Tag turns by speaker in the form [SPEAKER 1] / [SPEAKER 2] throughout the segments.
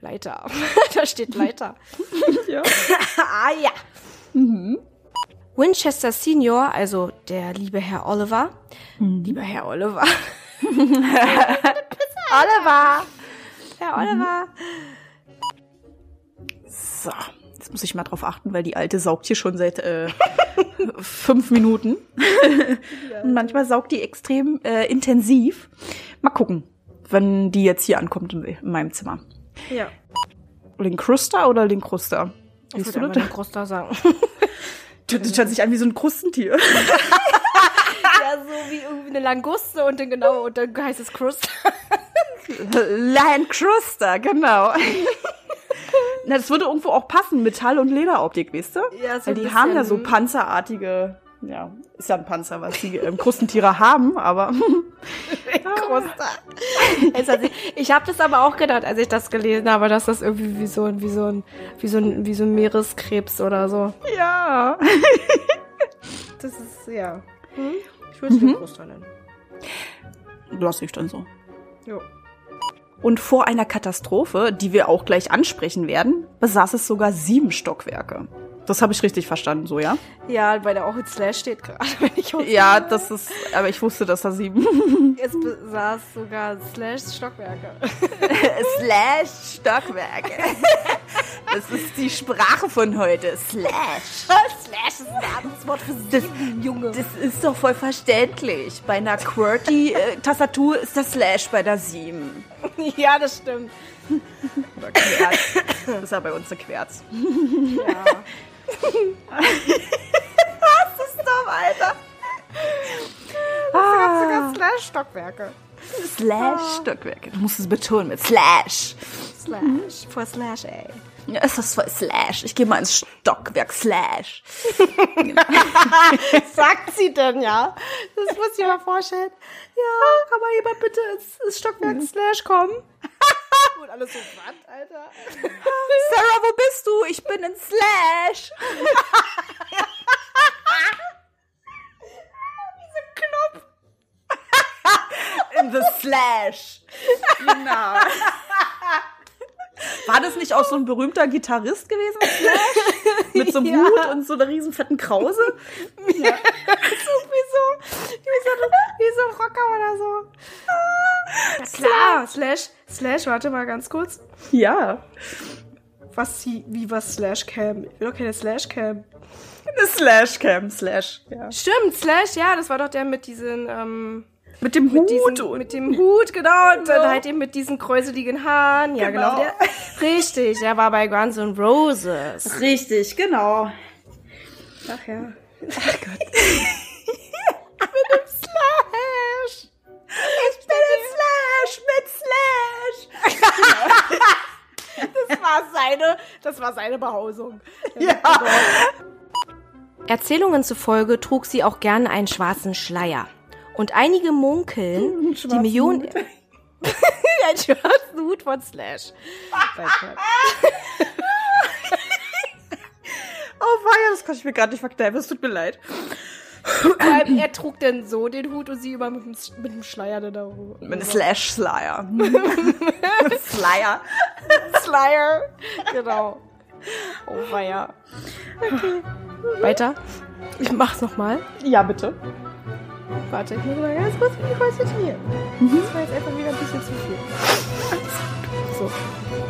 [SPEAKER 1] Leiter. da steht Leiter.
[SPEAKER 2] Ja.
[SPEAKER 1] ah ja. Mhm. Winchester Senior, also der liebe Herr Oliver. Lieber Herr Oliver. Oliver. Herr Oliver.
[SPEAKER 2] So, jetzt muss ich mal drauf achten, weil die alte saugt hier schon seit äh, fünf Minuten. Und manchmal saugt die extrem äh, intensiv. Mal gucken, wenn die jetzt hier ankommt in, in meinem Zimmer.
[SPEAKER 1] Ja.
[SPEAKER 2] Linkrusta oder Linkrusta?
[SPEAKER 1] Ich
[SPEAKER 2] Siehst
[SPEAKER 1] würde
[SPEAKER 2] du
[SPEAKER 1] einfach
[SPEAKER 2] das?
[SPEAKER 1] den Kruster sagen.
[SPEAKER 2] Das hört sich an wie so ein Krustentier.
[SPEAKER 1] ja, so wie irgendwie eine Languste und dann genau und dann heißt es Kruster.
[SPEAKER 2] Landcruster, genau. Na, das würde irgendwo auch passen, Metall- und Lederoptik, weißt du?
[SPEAKER 1] Ja, so
[SPEAKER 2] Weil
[SPEAKER 1] ein
[SPEAKER 2] die
[SPEAKER 1] bisschen.
[SPEAKER 2] haben ja so panzerartige, ja, ist ja ein Panzer, was die ähm, Krustentiere haben, aber
[SPEAKER 1] Kruster. Es hat sich- ich habe das aber auch gedacht, als ich das gelesen habe, dass das irgendwie wie so ein wie so ein wie so ein, wie so ein Meereskrebs oder so.
[SPEAKER 2] ja.
[SPEAKER 1] Das ist ja. Ich würde es mhm. Kruster nennen.
[SPEAKER 2] Lass ich dann so.
[SPEAKER 1] Jo.
[SPEAKER 2] Und vor einer Katastrophe, die wir auch gleich ansprechen werden, besaß es sogar sieben Stockwerke. Das habe ich richtig verstanden, so, ja?
[SPEAKER 1] Ja, weil da auch ein Slash steht gerade, wenn ich auf-
[SPEAKER 2] Ja, das ist, aber ich wusste, dass da sieben.
[SPEAKER 1] Es besaß sogar Slash-Stockwerke.
[SPEAKER 2] Slash Stockwerke. Das ist die Sprache von heute. Slash.
[SPEAKER 1] Slash ist ein anderes Wort für sieben, Junge.
[SPEAKER 2] Das ist doch voll verständlich. Bei einer QWERTY-Tastatur ist das Slash bei der 7.
[SPEAKER 1] ja, das stimmt.
[SPEAKER 2] Oder Querz. Das ist ja bei uns eine Querz.
[SPEAKER 1] Ja.
[SPEAKER 2] Das ist doch, Alter.
[SPEAKER 1] sogar Slash-Stockwerke. Ah.
[SPEAKER 2] Slash Stockwerke. Du musst es betonen mit Slash.
[SPEAKER 1] Slash. Mhm. Vor Slash, ey.
[SPEAKER 2] Ja, ist das voll Slash. Ich gehe mal ins Stockwerk Slash.
[SPEAKER 1] Sagt sie denn, ja? Das muss ich mir vorstellen. Ja, kann mal jemand bitte ins, ins Stockwerk Slash kommen? Und alles so, was, Alter?
[SPEAKER 2] Sarah, wo bist du? Ich bin in Slash. In the Slash. Genau. War das nicht auch so ein berühmter Gitarrist gewesen? Slash? Mit so einem
[SPEAKER 1] Ja.
[SPEAKER 2] Hut und so einer riesen fetten Krause?
[SPEAKER 1] Wieso? Wie so, ein- wie so ein Rocker oder so. Ja, klar, Slash, Slash, warte mal ganz kurz.
[SPEAKER 2] Ja.
[SPEAKER 1] Was sie, wie was Slashcam? Ich will doch keine Slashcam.
[SPEAKER 2] Eine Slash-Cam, Slash. Ja.
[SPEAKER 1] Stimmt, Slash, ja, das war doch der mit diesen, ähm,
[SPEAKER 2] Mit dem
[SPEAKER 1] mit, diesen, mit dem Hut, genau, und dann
[SPEAKER 2] Genau.
[SPEAKER 1] halt eben mit diesen kräuseligen Haaren. Ja, genau.
[SPEAKER 2] Genau.
[SPEAKER 1] der, richtig, der war bei Guns N' Roses.
[SPEAKER 2] Richtig, genau.
[SPEAKER 1] Ach ja.
[SPEAKER 2] Slash. Ich bin in Slash mit Slash.
[SPEAKER 1] Das war seine, das war seine Behausung.
[SPEAKER 2] Ja.
[SPEAKER 1] Erzählungen zufolge trug sie auch gerne einen schwarzen Schleier. Und einige munkeln, die
[SPEAKER 2] schwarzen
[SPEAKER 1] Millionen... Ein schwarzen Hut von Slash.
[SPEAKER 2] Oh weia, das kann ich mir gerade nicht verkneifen. Es tut mir leid.
[SPEAKER 1] Vor allem, er trug denn so den Hut und sie über mit dem, Sch- mit dem Schleier dann darüber.
[SPEAKER 2] Mit einem Slash-Slayer. Slayer.
[SPEAKER 1] Schleier. Genau. Oh, weia. Okay. Weiter. Ich mach's nochmal.
[SPEAKER 2] Ja, bitte.
[SPEAKER 1] Warte, ich muss mal ganz kurz mich konzentrieren. Das war jetzt einfach wieder ein bisschen zu viel. So.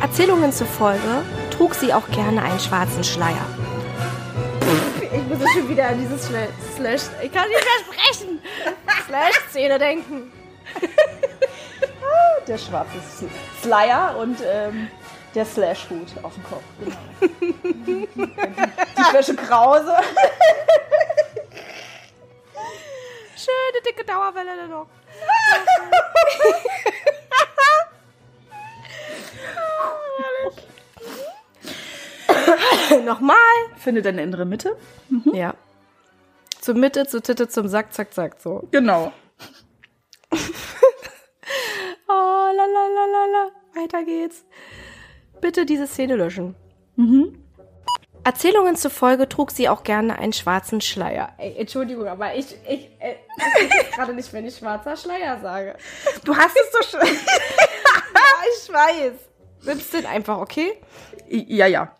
[SPEAKER 1] Erzählungen zufolge trug sie auch gerne einen schwarzen Schleier. Ich muss jetzt schon wieder an dieses Schla- Slash. Ich kann nicht mehr sprechen! Slash-Szene denken.
[SPEAKER 2] Der schwarze Sl- Slayer und ähm, der Slash-Hut auf dem Kopf. Genau. die frische Krause.
[SPEAKER 1] Schöne dicke Dauerwelle dann noch. Nochmal.
[SPEAKER 2] Finde deine innere Mitte.
[SPEAKER 1] Ja. Zur Mitte, zur Titte, zum Sack, zack, zack, so.
[SPEAKER 2] Genau.
[SPEAKER 1] Oh, la, la, la, Mhm. la, la. Weiter geht's. Bitte diese Szene löschen. Erzählungen zufolge trug sie auch gerne einen schwarzen Schleier. Ey, Entschuldigung, aber ich, ich, äh, ich weiß gerade nicht, wenn ich schwarzer Schleier sage.
[SPEAKER 2] Du hast es so schön.
[SPEAKER 1] Ja, ich weiß. Nimm's den einfach, okay?
[SPEAKER 2] ja, ja.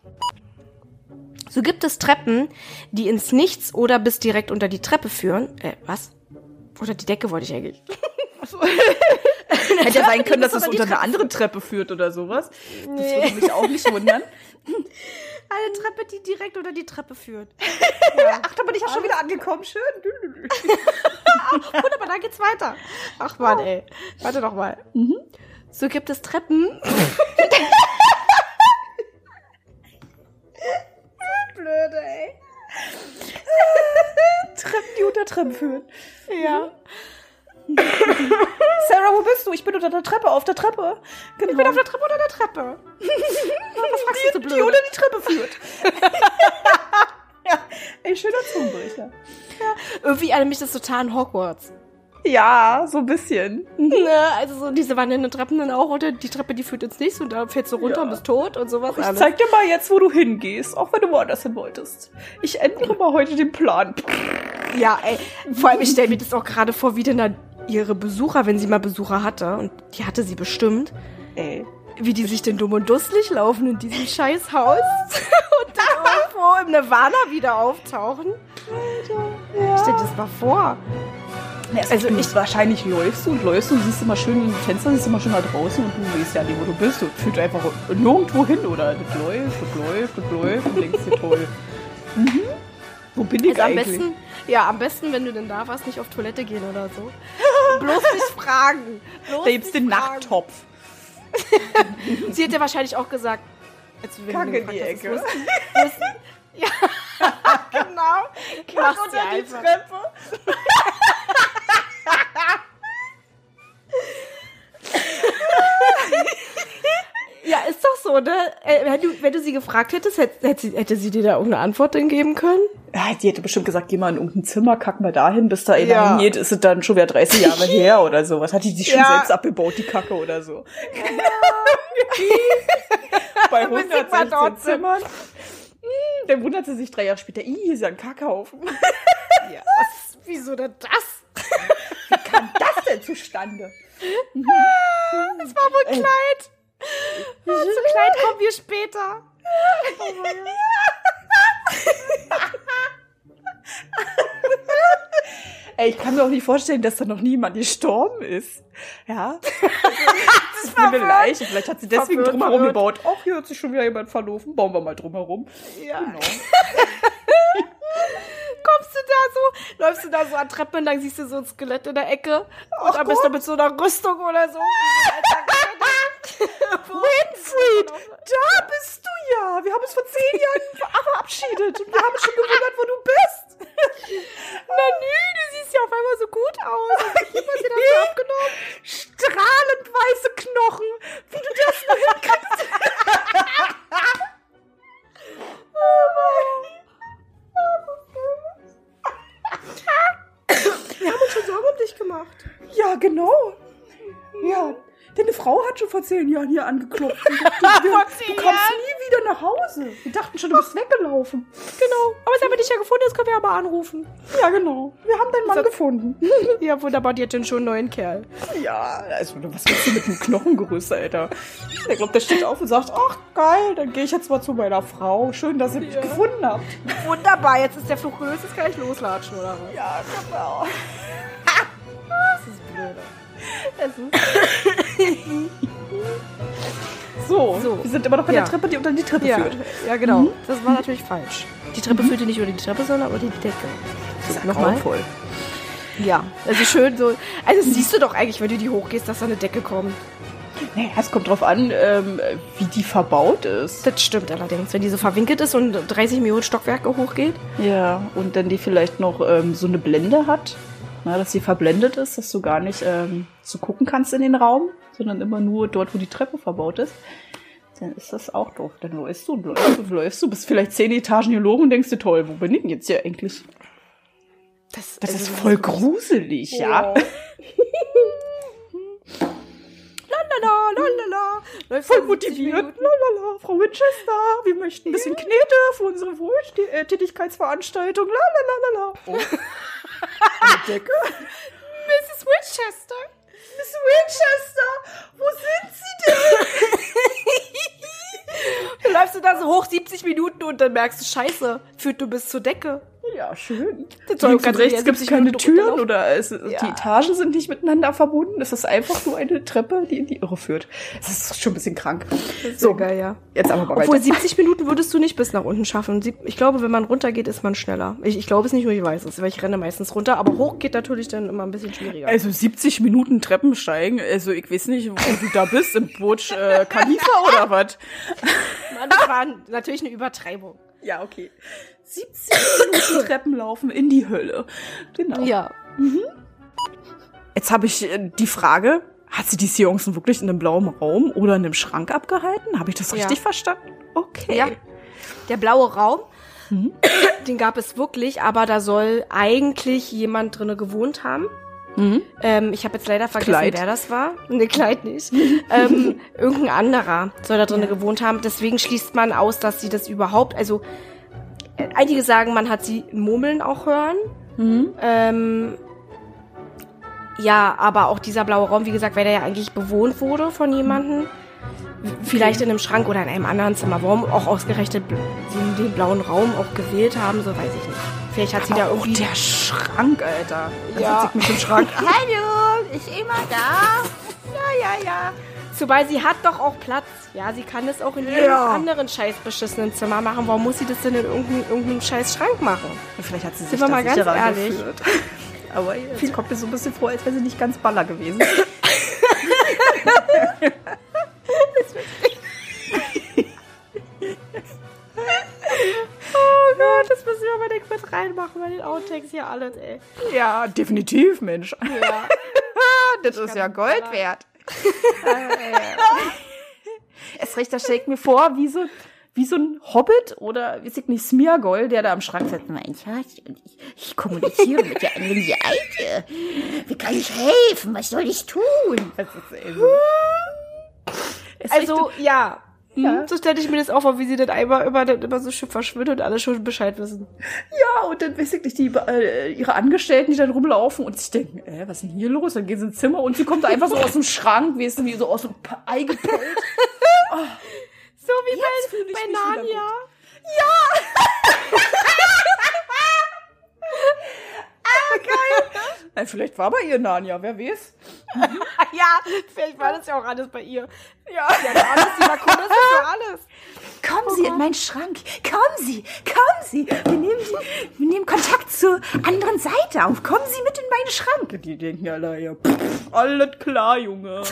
[SPEAKER 1] So gibt es Treppen, die ins Nichts oder bis direkt unter die Treppe führen. Äh, was? Unter die Decke wollte ich eigentlich.
[SPEAKER 2] Hätte ja sein können, dass
[SPEAKER 1] bis
[SPEAKER 2] es
[SPEAKER 1] unter die
[SPEAKER 2] unter eine andere Treppe führt oder sowas. Das
[SPEAKER 1] Nee.
[SPEAKER 2] würde mich auch nicht wundern.
[SPEAKER 1] Eine Treppe, die direkt unter die Treppe führt.
[SPEAKER 2] Ach, da bin ich ja schon wieder angekommen. Schön.
[SPEAKER 1] Gut, aber da geht's weiter. Ach Mann, ey. Warte doch mal. Oh. Mhm. So gibt es Treppen. Blöde, ey.
[SPEAKER 2] Treppen, die unter Treppen führen.
[SPEAKER 1] Ja.
[SPEAKER 2] Sarah, wo bist du? Ich bin unter der Treppe, auf der Treppe. Genau.
[SPEAKER 1] Ich bin auf der Treppe unter der Treppe. Was fragst du so
[SPEAKER 2] die
[SPEAKER 1] blöd?
[SPEAKER 2] unter die Treppe führt. ja, ein schöner Zungenbrecher.
[SPEAKER 1] Irgendwie erinnert mich das total an Hogwarts.
[SPEAKER 2] Ja, so ein bisschen.
[SPEAKER 1] Ne, also so diese wandelnden Treppen dann auch unter die Treppe, die führt ins Nichts und da fällst du runter
[SPEAKER 2] Ja.
[SPEAKER 1] und bist tot und sowas.
[SPEAKER 2] Ich
[SPEAKER 1] alles.
[SPEAKER 2] zeig dir mal jetzt, wo du hingehst, auch wenn du woanders hin wolltest. Ich ändere mal heute den Plan.
[SPEAKER 1] Ja, ey. Vor allem, ich stelle mir das auch gerade vor, wie denn da ihre Besucher, wenn sie mal Besucher hatte, und die hatte sie bestimmt,
[SPEAKER 2] Ey.
[SPEAKER 1] wie die sich denn dumm und dusselig laufen in diesem scheiß Haus und dann irgendwo im Nirvana wieder auftauchen.
[SPEAKER 2] Ja.
[SPEAKER 1] Stell dir das mal vor.
[SPEAKER 2] Also ich wahrscheinlich läufst du und läufst du, siehst immer schön in die Fenster, siehst immer schön da draußen und du weißt ja nicht, wo du bist. Du fühlst einfach nirgendwo hin oder du läufst, du läufst, du läufst und denkst dir toll. mhm. Wo bin ich
[SPEAKER 1] Also am
[SPEAKER 2] eigentlich?
[SPEAKER 1] besten, ja, am besten, wenn du denn da warst, nicht auf Toilette gehen oder so. Bloß nicht fragen. Bloß
[SPEAKER 2] da gibt's
[SPEAKER 1] nicht
[SPEAKER 2] den
[SPEAKER 1] fragen.
[SPEAKER 2] Nachttopf.
[SPEAKER 1] Sie hat ja wahrscheinlich auch gesagt, als wir
[SPEAKER 2] Kacke in
[SPEAKER 1] gefragt
[SPEAKER 2] die
[SPEAKER 1] hast,
[SPEAKER 2] Ecke.
[SPEAKER 1] wussten- wussten- Ja, genau. Mach's dir einfach.
[SPEAKER 2] Treppe.
[SPEAKER 1] Ja, ist doch so, ne? Äh, Wenn du, wenn du sie gefragt hättest, hätte, hätte, sie, hätte sie dir da irgendeine Antwort denn geben können?
[SPEAKER 2] Ja, Ah, die hätte bestimmt gesagt, geh mal in irgendein Zimmer, kack mal dahin, bis da einer
[SPEAKER 1] Ja.
[SPEAKER 2] hingeht, ist es dann schon wieder 30 Jahre her oder sowas. Hat die sich schon
[SPEAKER 1] Ja.
[SPEAKER 2] selbst abgebaut, die Kacke oder so. Bei
[SPEAKER 1] Bis ich mal
[SPEAKER 2] 116
[SPEAKER 1] dort bin.
[SPEAKER 2] Zimmern. Hm, Dann wundert sie sich drei Jahre später, ih, ist ja ein Kackhaufen. Wie
[SPEAKER 1] Ja. Was, wieso denn das?
[SPEAKER 2] kam das denn zustande?
[SPEAKER 1] Das war wohl ein Kleid. Ah, Zu Kleid kommen wir später.
[SPEAKER 2] Ey, ich kann mir auch nicht vorstellen, dass da noch niemand gestorben ist. Ja? Also, das ist eine Leiche. Vielleicht hat sie deswegen
[SPEAKER 1] Verwirrt,
[SPEAKER 2] drumherum
[SPEAKER 1] verwirrt.
[SPEAKER 2] gebaut. Ach, hier hat sich schon wieder jemand verlaufen. Bauen wir mal drumherum.
[SPEAKER 1] Ja.
[SPEAKER 2] Genau.
[SPEAKER 1] Kommst du da so, läufst du da so an Treppen lang, siehst du so ein Skelett in der Ecke und dann bist du mit so einer Rüstung oder so. ne?
[SPEAKER 2] Winfried, da bist du ja. Wir haben uns vor zehn Jahren verabschiedet und wir haben uns schon gewundert, wo du bist.
[SPEAKER 1] Na nü, du siehst ja auf einmal so gut aus. Also Was dir da so abgenommen?
[SPEAKER 2] Strahlend weiße Knochen. Wie du das nur hinkriegst.
[SPEAKER 1] Ich hab Sorgen um dich gemacht.
[SPEAKER 2] Ja, genau. Ja. Deine Frau hat schon vor zehn Jahren hier angeklopft. Und dachte, wir,
[SPEAKER 1] Vor zehn
[SPEAKER 2] du kommst
[SPEAKER 1] Jahren?
[SPEAKER 2] nie wieder nach Hause. Wir dachten schon, du bist weggelaufen.
[SPEAKER 1] Genau. Aber jetzt haben wir dich ja gefunden, jetzt können wir ja mal anrufen.
[SPEAKER 2] Ja, genau. Wir haben deinen Mann
[SPEAKER 1] So-
[SPEAKER 2] gefunden.
[SPEAKER 1] Ja, wunderbar, die hat denn schon einen neuen Kerl.
[SPEAKER 2] Ja, also was willst du mit dem Knochengerüst, Alter? Ich glaube, der steht auf und sagt, ach geil, dann gehe ich jetzt mal zu meiner Frau. Schön, dass ihr mich
[SPEAKER 1] Ja.
[SPEAKER 2] gefunden habt.
[SPEAKER 1] Wunderbar, jetzt ist der Fluch gelöst, jetzt kann ich loslatschen, oder was?
[SPEAKER 2] Ja, genau.
[SPEAKER 1] Das ist blöd. Das ist
[SPEAKER 2] So,
[SPEAKER 1] So.
[SPEAKER 2] wir sind immer noch bei
[SPEAKER 1] Ja.
[SPEAKER 2] der Treppe, die unter die Treppe
[SPEAKER 1] Ja,
[SPEAKER 2] führt.
[SPEAKER 1] ja genau. Das war natürlich falsch. Die Treppe führte nicht über die Treppe, sondern über die Decke.
[SPEAKER 2] Das ist
[SPEAKER 1] nochmal?
[SPEAKER 2] grauenvoll.
[SPEAKER 1] Ja. Also schön so. Also das siehst du doch eigentlich, wenn du die hochgehst, dass da eine Decke kommt.
[SPEAKER 2] Nee, es kommt drauf an, ähm, wie die verbaut ist.
[SPEAKER 1] Das stimmt allerdings. Wenn die so verwinkelt ist und 30 Millionen Stockwerke hochgeht.
[SPEAKER 2] Ja, und dann die vielleicht noch ähm, so eine Blende hat, na, dass sie verblendet ist, dass du gar nicht ähm, so gucken kannst in den Raum, sondern immer nur dort, wo die Treppe verbaut ist. Dann ist das auch doof. Dann läufst du und läufst und läufst du, bist vielleicht zehn Etagen hier oben und denkst dir, toll, wo bin ich denn jetzt hier eigentlich? Das
[SPEAKER 1] also Oh,
[SPEAKER 2] ist voll gruselig, ja.
[SPEAKER 1] La la
[SPEAKER 2] lalala, lalala. Läuft voll
[SPEAKER 1] 70
[SPEAKER 2] motiviert.
[SPEAKER 1] Minuten.
[SPEAKER 2] Lalala, Frau Winchester, wir möchten ein bisschen Knete für unsere Wohltätigkeitsveranstaltung. Lalalala. Oh. Die Decke?
[SPEAKER 1] Mrs. Winchester.
[SPEAKER 2] Miss Winchester, wo sind Sie denn?
[SPEAKER 1] Dann läufst du da so hoch 70 Minuten und dann merkst du, scheiße, führt du bis zur Decke.
[SPEAKER 2] Ja, schön.
[SPEAKER 1] Das
[SPEAKER 2] Links
[SPEAKER 1] soll
[SPEAKER 2] und
[SPEAKER 1] ganz
[SPEAKER 2] rechts
[SPEAKER 1] ehrlich
[SPEAKER 2] gibt es
[SPEAKER 1] nicht
[SPEAKER 2] keine
[SPEAKER 1] nur
[SPEAKER 2] Türen
[SPEAKER 1] runterlaufen.
[SPEAKER 2] oder es, die
[SPEAKER 1] Ja.
[SPEAKER 2] Etagen sind nicht miteinander verbunden. Es ist einfach nur eine Treppe, die in die Irre führt. Das ist schon ein bisschen krank. So,
[SPEAKER 1] geil, ja.
[SPEAKER 2] jetzt aber mal
[SPEAKER 1] Obwohl
[SPEAKER 2] weiter.
[SPEAKER 1] 70 Minuten würdest du nicht bis nach unten schaffen. Sie- Ich glaube, wenn man runtergeht, ist man schneller. Ich, ich glaube es nicht nur, ich weiß es, weil ich renne meistens runter, aber hoch geht natürlich dann immer ein bisschen schwieriger.
[SPEAKER 2] Also 70 Minuten Treppen steigen, also ich weiß nicht, wo du da bist, im Burj äh, Khalifa oder was?
[SPEAKER 1] Mann, das war natürlich eine Übertreibung.
[SPEAKER 2] Ja, okay. 70 Minuten Treppen laufen in die Hölle. Genau.
[SPEAKER 1] Ja.
[SPEAKER 2] Jetzt habe ich äh, die Frage, hat sie die Seancen wirklich in einem blauen Raum oder in einem Schrank abgehalten? Habe ich das
[SPEAKER 1] Ja.
[SPEAKER 2] richtig verstanden? Okay.
[SPEAKER 1] Ja. Der blaue Raum, den gab es wirklich, aber da soll eigentlich jemand drinne gewohnt haben.
[SPEAKER 2] Mhm.
[SPEAKER 1] Ähm, ich habe jetzt leider vergessen,
[SPEAKER 2] Kleid.
[SPEAKER 1] wer das war. Ne, Kleid nicht. ähm, irgendein anderer soll da drin gewohnt haben. Deswegen schließt man aus, dass sie das überhaupt, also äh, einige sagen, man hat sie murmeln auch hören.
[SPEAKER 2] Mhm.
[SPEAKER 1] Ähm, ja, aber auch dieser blaue Raum, wie gesagt, weil der ja eigentlich bewohnt wurde von jemandem. Vielleicht in einem Schrank oder in einem anderen Zimmer. Warum auch ausgerechnet bl- sie den blauen Raum auch gewählt haben, so weiß ich nicht. Vielleicht hat sie da
[SPEAKER 2] Oh,
[SPEAKER 1] irgendwie...
[SPEAKER 2] der Schrank, Alter. Da
[SPEAKER 1] Ja.
[SPEAKER 2] sitze ich mich im Schrank.
[SPEAKER 1] Hallo, ich immer da. Ja, ja, ja. Zumal sie hat doch auch Platz. Ja, sie kann das auch in jedem
[SPEAKER 2] Ja.
[SPEAKER 1] anderen scheiß beschissenen Zimmer machen. Warum muss sie das denn in irgendeinem, irgendeinem scheiß Schrank machen?
[SPEAKER 2] Vielleicht hat sie sich
[SPEAKER 1] Sind wir
[SPEAKER 2] da
[SPEAKER 1] mal ganz
[SPEAKER 2] sicherer
[SPEAKER 1] ehrlich?
[SPEAKER 2] gefühlt. Aber jetzt kommt mir so ein bisschen vor, als wäre sie nicht ganz baller gewesen.
[SPEAKER 1] Oh Gott, das müssen wir unbedingt mit reinmachen bei den Outtakes hier alles, ey.
[SPEAKER 2] ja, definitiv, Mensch.
[SPEAKER 1] Ja.
[SPEAKER 2] Das ist ja Gold
[SPEAKER 1] Baller.
[SPEAKER 2] wert. Ah, es recht, da stelle ich mir vor, wie so, wie so ein Hobbit oder, weiß ich nicht, Smeargol, der da am Schrank sitzt.
[SPEAKER 3] mein Schatz, und ich, ich kommuniziere mit der anderen die Alte. Wie kann ich helfen? Was soll ich tun?
[SPEAKER 2] Das ist ey, so. Es
[SPEAKER 1] Also, ja.
[SPEAKER 2] Ja.
[SPEAKER 1] Hm, So stelle ich mir das auch vor, wie sie dann einmal immer, dann immer so schön verschwindet und alle schon Bescheid wissen.
[SPEAKER 2] Ja, und dann weiß ich nicht, die, äh, ihre Angestellten, die dann rumlaufen und sich denken, äh, was ist denn hier los? Dann gehen sie ins Zimmer und sie kommt einfach so aus dem Schrank, weißt du, wie so aus dem Pa- Ei gepellt.
[SPEAKER 1] So wie
[SPEAKER 2] fühle ich
[SPEAKER 1] bei, bei
[SPEAKER 2] mich wieder
[SPEAKER 1] Narnia.
[SPEAKER 2] gut. Äh, Vielleicht war bei ihr Narnia, wer weiß.
[SPEAKER 1] Ja, vielleicht war das ja auch alles bei ihr.
[SPEAKER 2] Ja.
[SPEAKER 1] Ja, alles, die Makone ist ja alles.
[SPEAKER 3] Kommen Sie in meinen Schrank. Kommen Sie, kommen Sie. Wir nehmen, Sie- wir nehmen Kontakt zur anderen Seite auf. Kommen Sie mit in meinen Schrank.
[SPEAKER 2] Die denken ja alle, ja, pff, alles klar, Junge.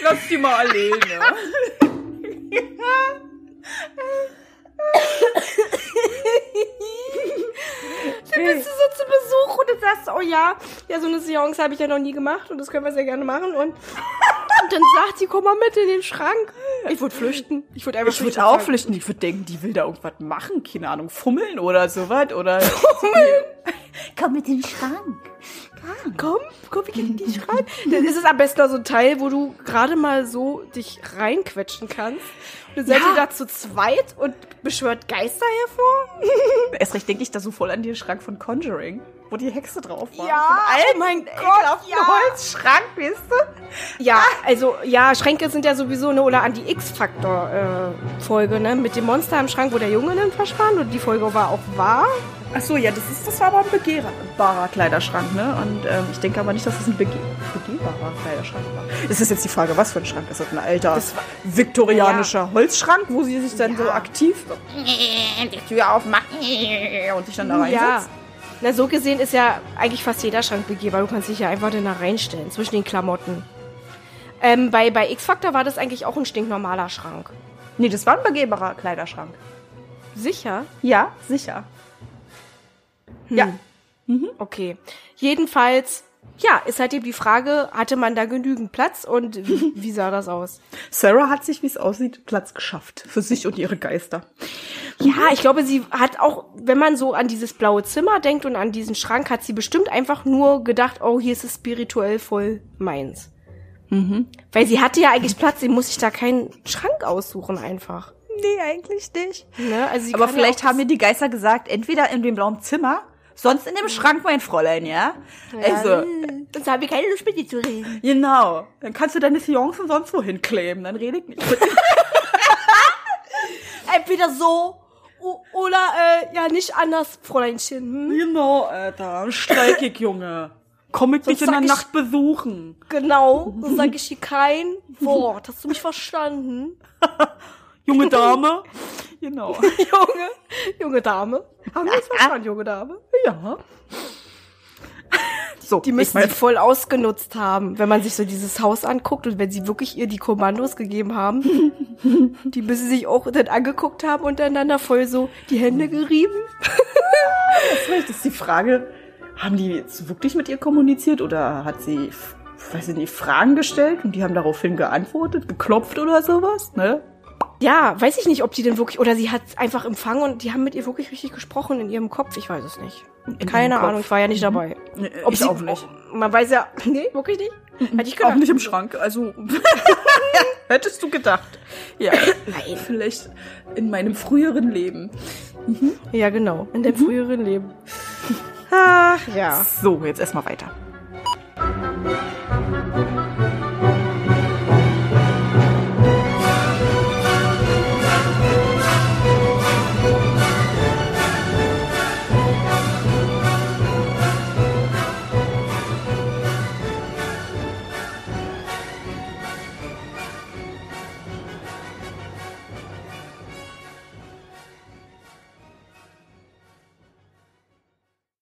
[SPEAKER 2] Lass die mal alleine.
[SPEAKER 1] bist du so zu Besuch und du sagst, oh ja, ja, so eine Seance habe ich ja noch nie gemacht und das können wir sehr gerne machen. Und, und dann sagt sie, komm mal mit in den Schrank. Ich würde flüchten. Ich würde einfach
[SPEAKER 2] Ich würde auch
[SPEAKER 1] sagen,
[SPEAKER 2] flüchten. Ich würde denken, die will da irgendwas machen. Keine Ahnung, fummeln oder sowas. Oder fummeln.
[SPEAKER 3] Komm mit in den Schrank. Komm.
[SPEAKER 1] Komm, komm, wir gehen in den Schrank. Dann ist es am besten noch so ein Teil, wo du gerade mal so dich reinquetschen kannst. Und dann seid
[SPEAKER 2] Ja.
[SPEAKER 1] ihr da zu zweit und beschwört Geister hervor.
[SPEAKER 2] Erst recht denke ich da so voll an den Schrank von Conjuring, wo die Hexe drauf war.
[SPEAKER 1] oh mein Gott, auf
[SPEAKER 2] Ja. Holzschrank, weißt du?
[SPEAKER 1] Ja, also ja, Schränke sind ja sowieso ne oder an die X-Faktor-Folge, ne? Mit dem Monster im Schrank, wo der Junge dann verschwand und die Folge war auch wahr.
[SPEAKER 2] Ach so, ja, das ist, das war aber ein begehbarer Kleiderschrank, ne? Und ähm, ich denke aber nicht, dass es ein bege begehbarer Kleiderschrank war. Es ist jetzt die Frage, was für ein Schrank ist das? Ein alter
[SPEAKER 1] Das war-
[SPEAKER 2] viktorianischer Holzschrank, wo sie sich dann so aktiv so, die Tür aufmacht und sich dann da
[SPEAKER 1] ja.
[SPEAKER 2] reinsetzt?
[SPEAKER 1] Na, so gesehen ist ja eigentlich fast jeder Schrank begehbar. Du kannst dich ja einfach dann da reinstellen, zwischen den Klamotten. Ähm, bei bei X-Factor war das eigentlich auch ein stinknormaler Schrank.
[SPEAKER 2] Nee, das war ein begehbarer Kleiderschrank.
[SPEAKER 1] Sicher?
[SPEAKER 2] Ja, sicher. Hm. Ja.
[SPEAKER 1] Okay. Jedenfalls, ja, ist halt eben die Frage, hatte man da genügend Platz und wie, wie sah das aus?
[SPEAKER 2] Sarah hat sich, wie es aussieht, Platz geschafft. Für sich und ihre Geister.
[SPEAKER 1] Ja, ich glaube, sie hat auch, wenn man so an dieses blaue Zimmer denkt und an diesen Schrank, hat sie bestimmt einfach nur gedacht, oh, hier ist es spirituell voll meins.
[SPEAKER 2] Mhm.
[SPEAKER 1] Weil sie hatte ja eigentlich Platz, sie muss sich da keinen Schrank aussuchen einfach.
[SPEAKER 2] Nee, eigentlich nicht.
[SPEAKER 1] Ne? Also sie
[SPEAKER 2] Aber
[SPEAKER 1] kann
[SPEAKER 2] vielleicht
[SPEAKER 1] ja auch
[SPEAKER 2] haben mir die Geister gesagt, entweder in dem blauen Zimmer, sonst in dem Schrank, mein Fräulein, Mhm. ja? Also,
[SPEAKER 1] Sonst haben wir keine Lust mit dir zu reden.
[SPEAKER 2] genau. Dann kannst du deine Fiancen sonst wohin kleben, dann rede ich nicht.
[SPEAKER 1] Entweder so o- oder äh, ja nicht anders, Fräuleinchen. Hm?
[SPEAKER 2] Genau, Alter. Streik ich, Junge. Komm ich dich in
[SPEAKER 1] sag
[SPEAKER 2] der
[SPEAKER 1] ich-
[SPEAKER 2] Nacht besuchen.
[SPEAKER 1] Genau, so sage ich hier kein Wort. Hast du mich verstanden?
[SPEAKER 2] Junge Dame. Genau.
[SPEAKER 1] junge, junge Dame. Haben wir es verstanden, junge Dame?
[SPEAKER 2] Ja. So,
[SPEAKER 1] Die
[SPEAKER 2] ich
[SPEAKER 1] müssen
[SPEAKER 2] mein,
[SPEAKER 1] sie voll ausgenutzt haben, wenn man sich so dieses Haus anguckt und wenn sie wirklich ihr die Kommandos gegeben haben. die müssen sich auch dann angeguckt haben untereinander, voll so die Hände gerieben.
[SPEAKER 2] vielleicht ist die Frage, haben die jetzt wirklich mit ihr kommuniziert oder hat sie, f- weiß ich nicht, Fragen gestellt und die haben daraufhin geantwortet, geklopft oder sowas, ne?
[SPEAKER 1] Ja, weiß ich nicht, ob die denn wirklich, oder sie hat einfach empfangen und die haben mit ihr wirklich richtig gesprochen in ihrem Kopf. Ich weiß es nicht.
[SPEAKER 2] ihrem
[SPEAKER 1] Keine
[SPEAKER 2] Kopf. Mhm. Äh,
[SPEAKER 1] Ahnung, ich war ja nicht dabei.
[SPEAKER 2] ich
[SPEAKER 1] sie- Oh,
[SPEAKER 2] auch nicht. Mhm.
[SPEAKER 1] Man weiß ja, nee, wirklich nicht. Hätte ich
[SPEAKER 2] Auch
[SPEAKER 1] gedacht.
[SPEAKER 2] nicht im Schrank, also hättest du gedacht. Ja,
[SPEAKER 1] Nein.
[SPEAKER 2] vielleicht in meinem früheren Leben.
[SPEAKER 1] Ja, genau. In
[SPEAKER 2] Mhm.
[SPEAKER 1] deinem früheren Leben. Ach, ja.
[SPEAKER 2] So, jetzt erstmal weiter.